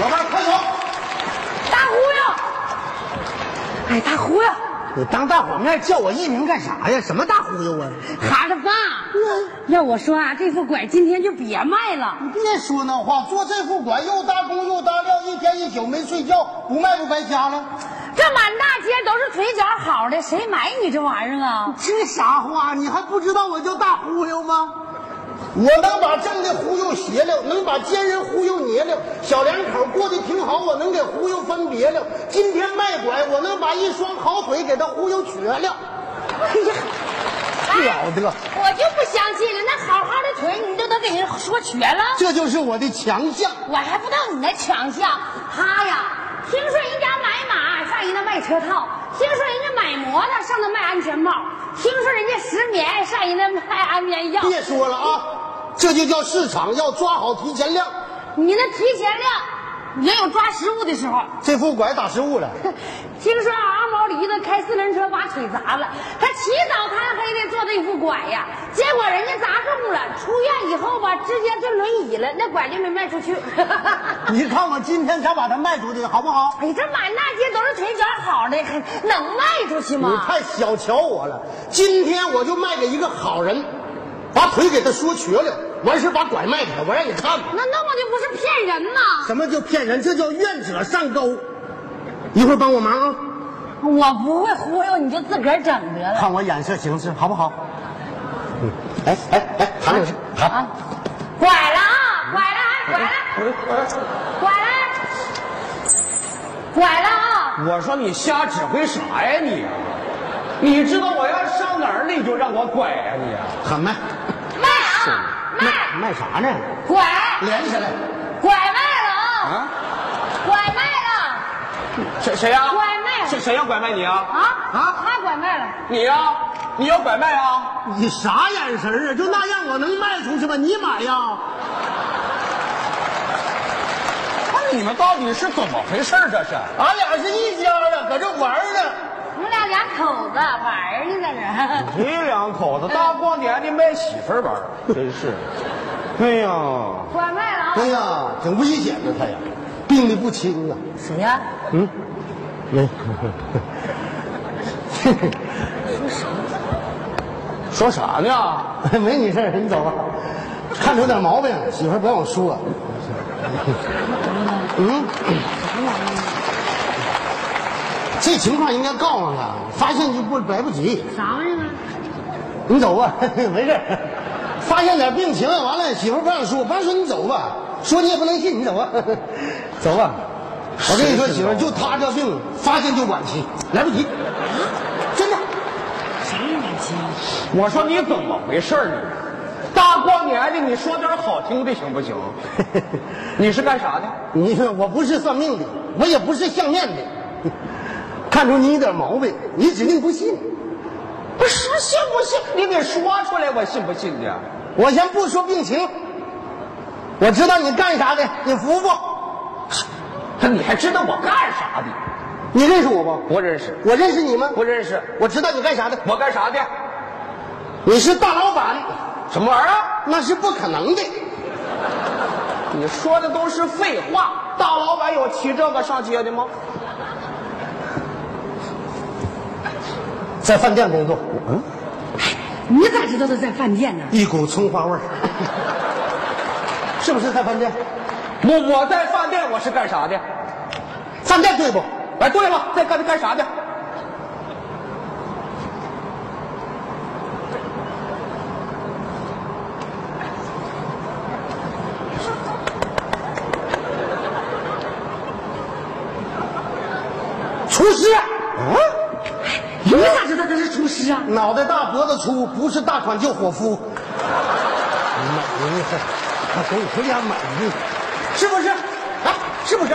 老伴儿快走！大忽悠！哎，大忽悠，你当大伙面叫我艺名干啥呀？什么大忽悠啊？孩子爸，要我说啊，这副拐今天就别卖了。你别说那话，做这副馆又搭工又搭料，一天一宿没睡觉，不卖不白瞎了。这满大街都是腿脚好的，谁买你这玩意儿啊？这啥话？你还不知道我叫大忽悠吗？我能把正的忽悠邪了，能把奸人忽悠捏了，小两口过得挺好，我能给忽悠分别了。今天卖拐，我能把一双好腿给他忽悠瘸了。哎呀，了得！我就不相信了，那好好的腿你都得给人说瘸了，这就是我的强项。我还不知道你那强项。他呀，听说人家买马上人家卖车套，听说人家买摩托上那卖安全帽，听说人家失眠上人家卖安眠药。 别说了啊，这就叫市场，要抓好提前量。你那提前量，也有抓食物的时候。这副拐打失误了， 听说阿毛驴子开四轮车把腿砸了，他起早贪黑的做这副拐呀，结果人家砸中了，出院以后吧，直接就轮椅了，那拐就没卖出去。 哎你看我今天咋把它卖出去，好不好？呀，这满大街都是腿脚好的，能卖出去你吗？太小瞧我了，今天我就卖给一个好人，把腿给他说瘸了，完事儿把拐卖给他，我让你看吧。那那我就不是骗人吗？什么叫骗人？这叫愿者上钩。一会儿帮我忙啊，我不会忽悠，你就自个儿整得了。看我眼色行事，好不好？嗯，哎哎哎，韩老师，啊，拐了啊，拐了啊，拐了，拐了，拐了啊！我说你瞎指挥啥呀你？你知道我要上哪儿你就让我拐呀、你啊喊麦，卖啊，卖，卖啥呢？拐，连起来，拐卖了啊，啊？拐卖了谁谁呀、拐卖谁谁要拐卖你啊？啊啊，他拐卖了，你呀、你要拐卖啊？你啥眼神儿啊？就那样，我能卖出去吗？你买呀？那你们到底是怎么回事儿？这是？俺俩是一家的，搁这玩儿呢。你们俩两口子玩儿呢在 这。你两口子大过年的卖媳妇儿 玩儿，真是。哎呀，拐卖了哎啊！呀，挺危险的他呀，病的不轻啊。谁呀？嗯，没。说啥呢？哎没你事儿，你走吧。看出点毛病，媳妇儿不让我说。嗯，这情况应该告诉他，发现就不来不及。啥玩意儿啊？你走吧， 没事儿。发现点病情，完了媳妇儿不让说，不让说你走吧，说你也不能信，你走吧， 走吧。我跟你说，媳妇儿，就他这病，发现就晚期，来不啊及，真的。我说你怎么回事儿你？大过年的，你说点好听的行 不行？你是干啥的？你看，我不是算命的，我也不是相面的， 看出你有点毛病，你指定不信。不是信不信？你给说出来，我信不信的？我先不说病情，我知道你干啥的，你服不？你还知道我干啥的？你认识我不？不认识，我认识你吗？不认识。我知道你干啥的，我干啥的？你是大老板，什么玩意儿啊？那是不可能的。你说的都是废话。大老板有骑这个上街的吗？在饭店工作，嗯，你咋知道他在饭店呢？一股葱花味儿，是不是在饭店？我我在饭店我是干啥的？饭店对不？哎，对了，在干干啥的？厨师，嗯、你咋知道他是厨师啊？脑袋大脖子粗，不是大款就伙夫。买你是，我给你回家买你，是不是？啊，是不是？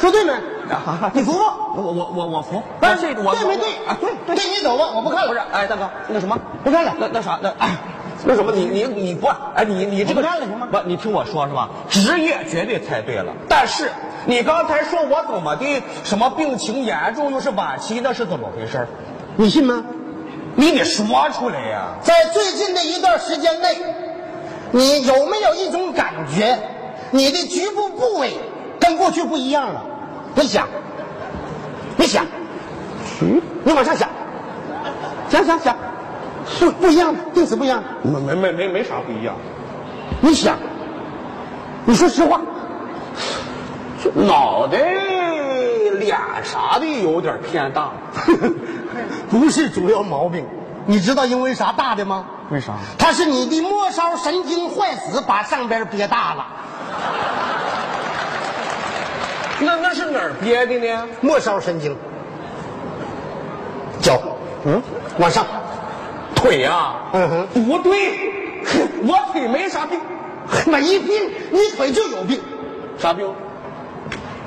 说对没？啊你服不？我我我我服。哎这我对没对啊？对对对，你走吧，我不看不了，是，哎，大哥，那什么，不看了那那啥，那哎，那什么，你你你不，哎，你你这个我不干了行吗不，你听我说是吧？职业绝对猜对了，但是你刚才说我怎么的，什么病情严重又是晚期，那是怎么回事儿？你信吗？你得说出来呀、在最近的一段时间内，你有没有一种感觉，你的局部部位跟跟过去不一样了。你想，你想，你往上想，想想想，不不一样，定死不一样。没没没没没啥不一样，你想，你说实话，脑袋脸啥的有点偏大，不是主要毛病。你知道因为啥大的吗？为啥？它是你的末梢神经坏死，把上边憋大了。 那那是哪儿憋的呢？末梢神经，脚，嗯，往上，腿啊，嗯哼，不对，我腿没啥病，没病，你腿就有病。啥病？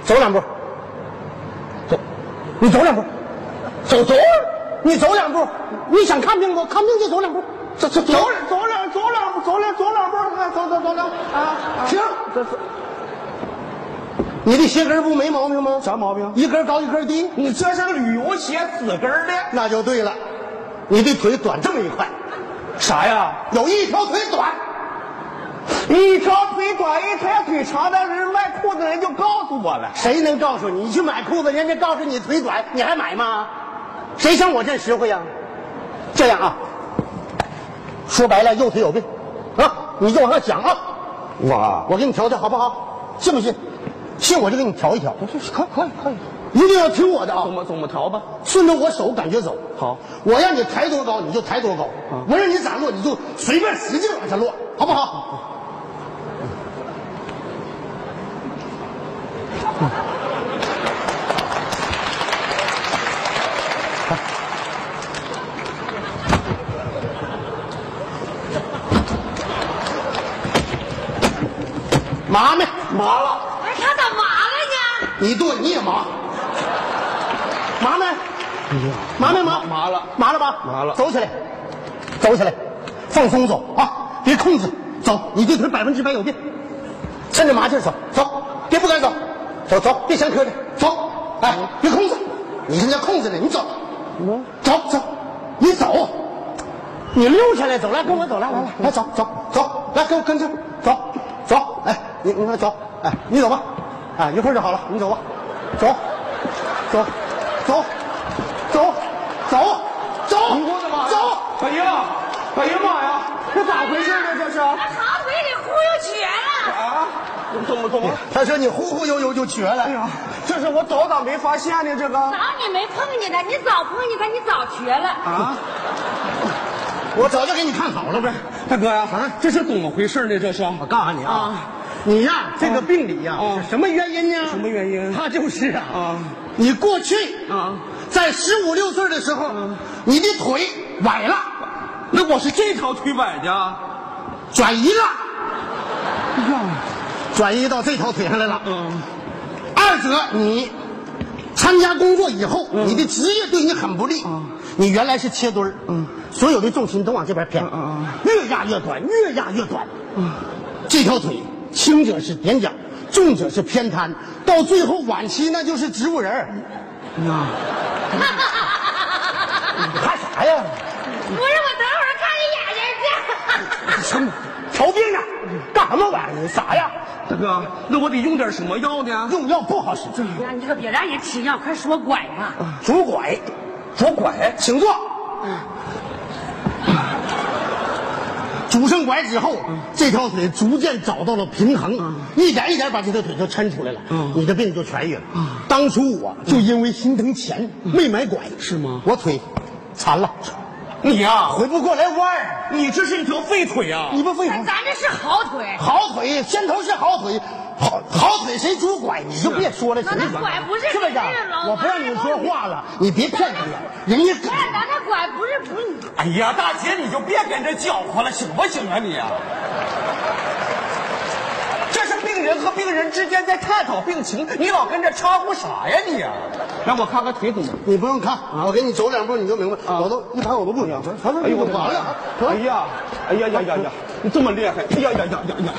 走两步，走，你走两步，走走，你走两步，你想看病不？看病就走两步，走走走走两走两走两走两步，走走走两啊！停，这是你的鞋跟不没毛病吗？啥毛病？一根高一根低，你这是旅游鞋紫跟儿的那就对了，你的腿短这么一块，啥呀？有一条腿短。一条腿短，一条腿长的人卖裤子人就告诉我了。谁能告诉你？你去买裤子，人家告诉你腿短，你还买吗？谁像我这实惠呀？这样啊，说白了，右腿有病啊，你就往上想啊。我我给你调调好不好？信不信？信我就给你调一调，不是可可以可以，一定要听我的啊怎！么怎么调吧？顺着我手感觉走。好，啊我让你抬多高你就抬多高，我让你咋落你就随便使劲往下落，好不好？麻没？麻了，哎，他咋麻了呢？你对你也麻，麻没？麻没麻？麻了麻了吧？麻了走起来，走起来，放松走啊！别控制，走，你这腿百分之百有病，趁着麻劲儿走，走，别不敢走，走走，别嫌磕碜，走，哎，别控制，你现在控制呢，你走，嗯走走，你走，你溜下来走，来跟我走，来来来，来走走走，来跟我跟上，走走，哎，你你快走，哎，你走吧，啊，一会儿就好了，你走吧，走，走，走，走，走，走，我的妈！走，！哎呀，哎呀妈呀，这咋回事呢？这是他长腿给忽悠瘸了。啊？怎么怎么？他说你忽忽悠悠就瘸了，哎呀，这是我早咋没发现呢？这个早你没碰见他，你早碰见他，你早瘸了。啊，我早就给你看好了呗。大哥呀、这是怎么回事呢？这是啊我告诉你啊，你呀、这个病理呀、啊是什么原因呢？什么原因他就是啊，啊你过去啊，在十五六岁的时候，你的腿崴了，那我是这条腿崴的啊。转移了，哎转移到这条腿上来了。嗯，二者你参加工作以后，嗯你的职业对你很不利。你原来是切墩儿，所有的重心都往这边偏，嗯越压越短，越压越短。这条腿轻者是踮脚，重者是偏瘫，到最后晚期那就是植物人儿。嗯 你看啥呀？不是，我等会儿看你眼睛去。瞧病呢？干什么玩意儿？啥呀？大哥，那我得用点什么药呢？用药不好使，哎呀， 你可别让人吃药，快说拐吧。拄拐，拄拐，请坐。嗯拄上拐之后，嗯这条腿逐渐找到了平衡，一点一点把这条腿就抻出来了，嗯你的病就痊愈了。当初我就因为心疼钱嗯没买拐，是吗我腿残了，你呀、回不过来弯儿。你这是一条废腿啊呀、你不废话咱。咱这是好腿，好腿，先头是好腿，好好腿谁拄拐你就别说了，啊那行那拐不是是不是这个老？我不让你说话了，你别骗人家，人家看咱这拐不是不是哎呀，大姐，你就别跟这搅和了，行不行啊你啊？这是病人和病人之间在探讨病情，你老跟这掺和啥呀你啊？让我看看腿怎么？你不用看，我给你走两步你就明白。我都一看我都不行，哎呦完了，哎呀，哎呀呀呀呀！你这么厉害！哎呀呀呀呀呀！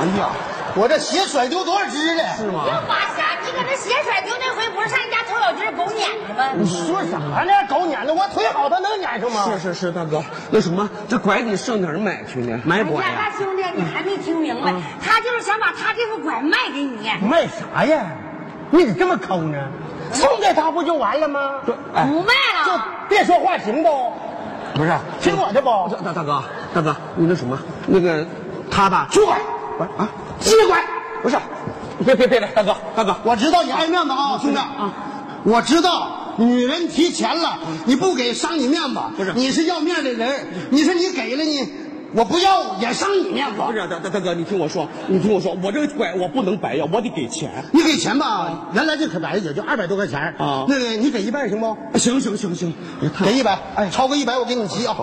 哎呀，我这鞋甩丢多少只了？啊是吗？又把下，你搁这鞋甩丢那回，不是上你家偷小脑筋狗撵的吗？你说啥呢？狗撵的，我 腿好，他能撵上吗？是是是，大哥，那什么，这拐你上哪儿买去呢？买哎呀，大兄弟，你还没听明嗯白，他就是想把他这副拐卖给你。卖啥呀？你咋这么抠呢？送给他不就完了吗？哎不卖就了，别说话行不？不是，啊听我的不？大大大哥，大哥，你那什么，那个他吧，出轨，不是啊，鸡拐。不是，啊别别别了，大哥大哥，我知道你爱面子啊，兄弟。我知道女人提钱了，你不给伤你面子。不是嗯你是要面的人，你说你给了你，我不要也伤你面不子。是大大大哥，你听我说，你听我说，我这个拐我不能白要，我得给钱。你给钱吧，原来这可白也就二百多块钱啊那个你给一嗯半行不？行行行行，给一百，哎，超过一百我给你急啊！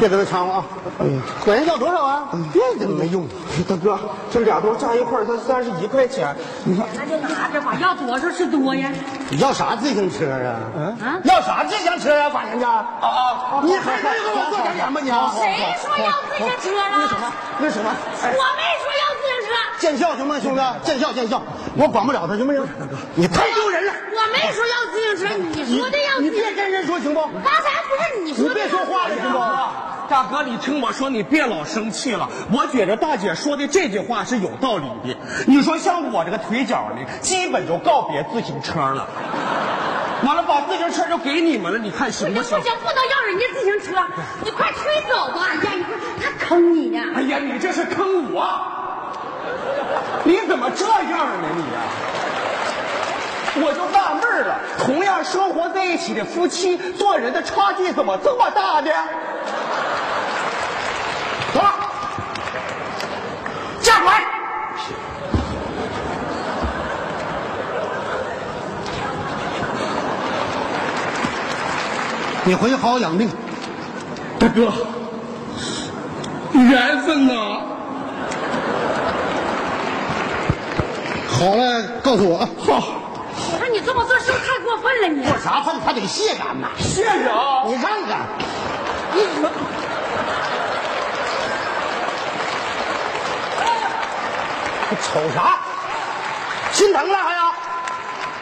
别搁这掺和啊！哎呀，管人要多少啊？别这么没用。大哥，这俩都加一块儿才三十一块钱，你看那就拿着吧，要多少是多呀。你要啥自行车啊？啊要啥自行车啊？管人家，啊啊你还能给我做点脸吗你？啊谁说要自行车了？那哦什么？我没说要自行车，见笑行吗，兄弟？见笑见笑，我管不了他行不行？你哎太丢人了！我没说要自行车，你你说的要你自别行车。跟人说行不？刚才不是你说你的？别说话了行不？大哥，你听我说，你别老生气了。我觉着大姐说的这句话是有道理的。你说像我这个腿脚呢，基本就告别自行车了。完了，把自行车就给你们了，你看行不不行行不？行，不能要人家自行车，嗯你快推走吧！哎呀，你看他坑你呀、哎呀，你这是坑我！你怎么这样呢你、啊？我就纳闷儿了，同样生活在一起的夫妻，做人的差距怎么这么大呢？啊走了，下拐。你回去好好养病。大哥，缘分啊！好了，告诉我啊，好，我说你这么做是不是太过分了你？做啥他他得卸感呐。谢谢啊！你看看，你瞅啥？心疼了还要？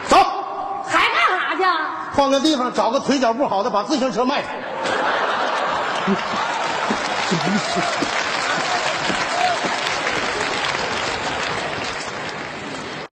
走，还干啥去？啊？换个地方找个腿脚不好的，把自行车卖了。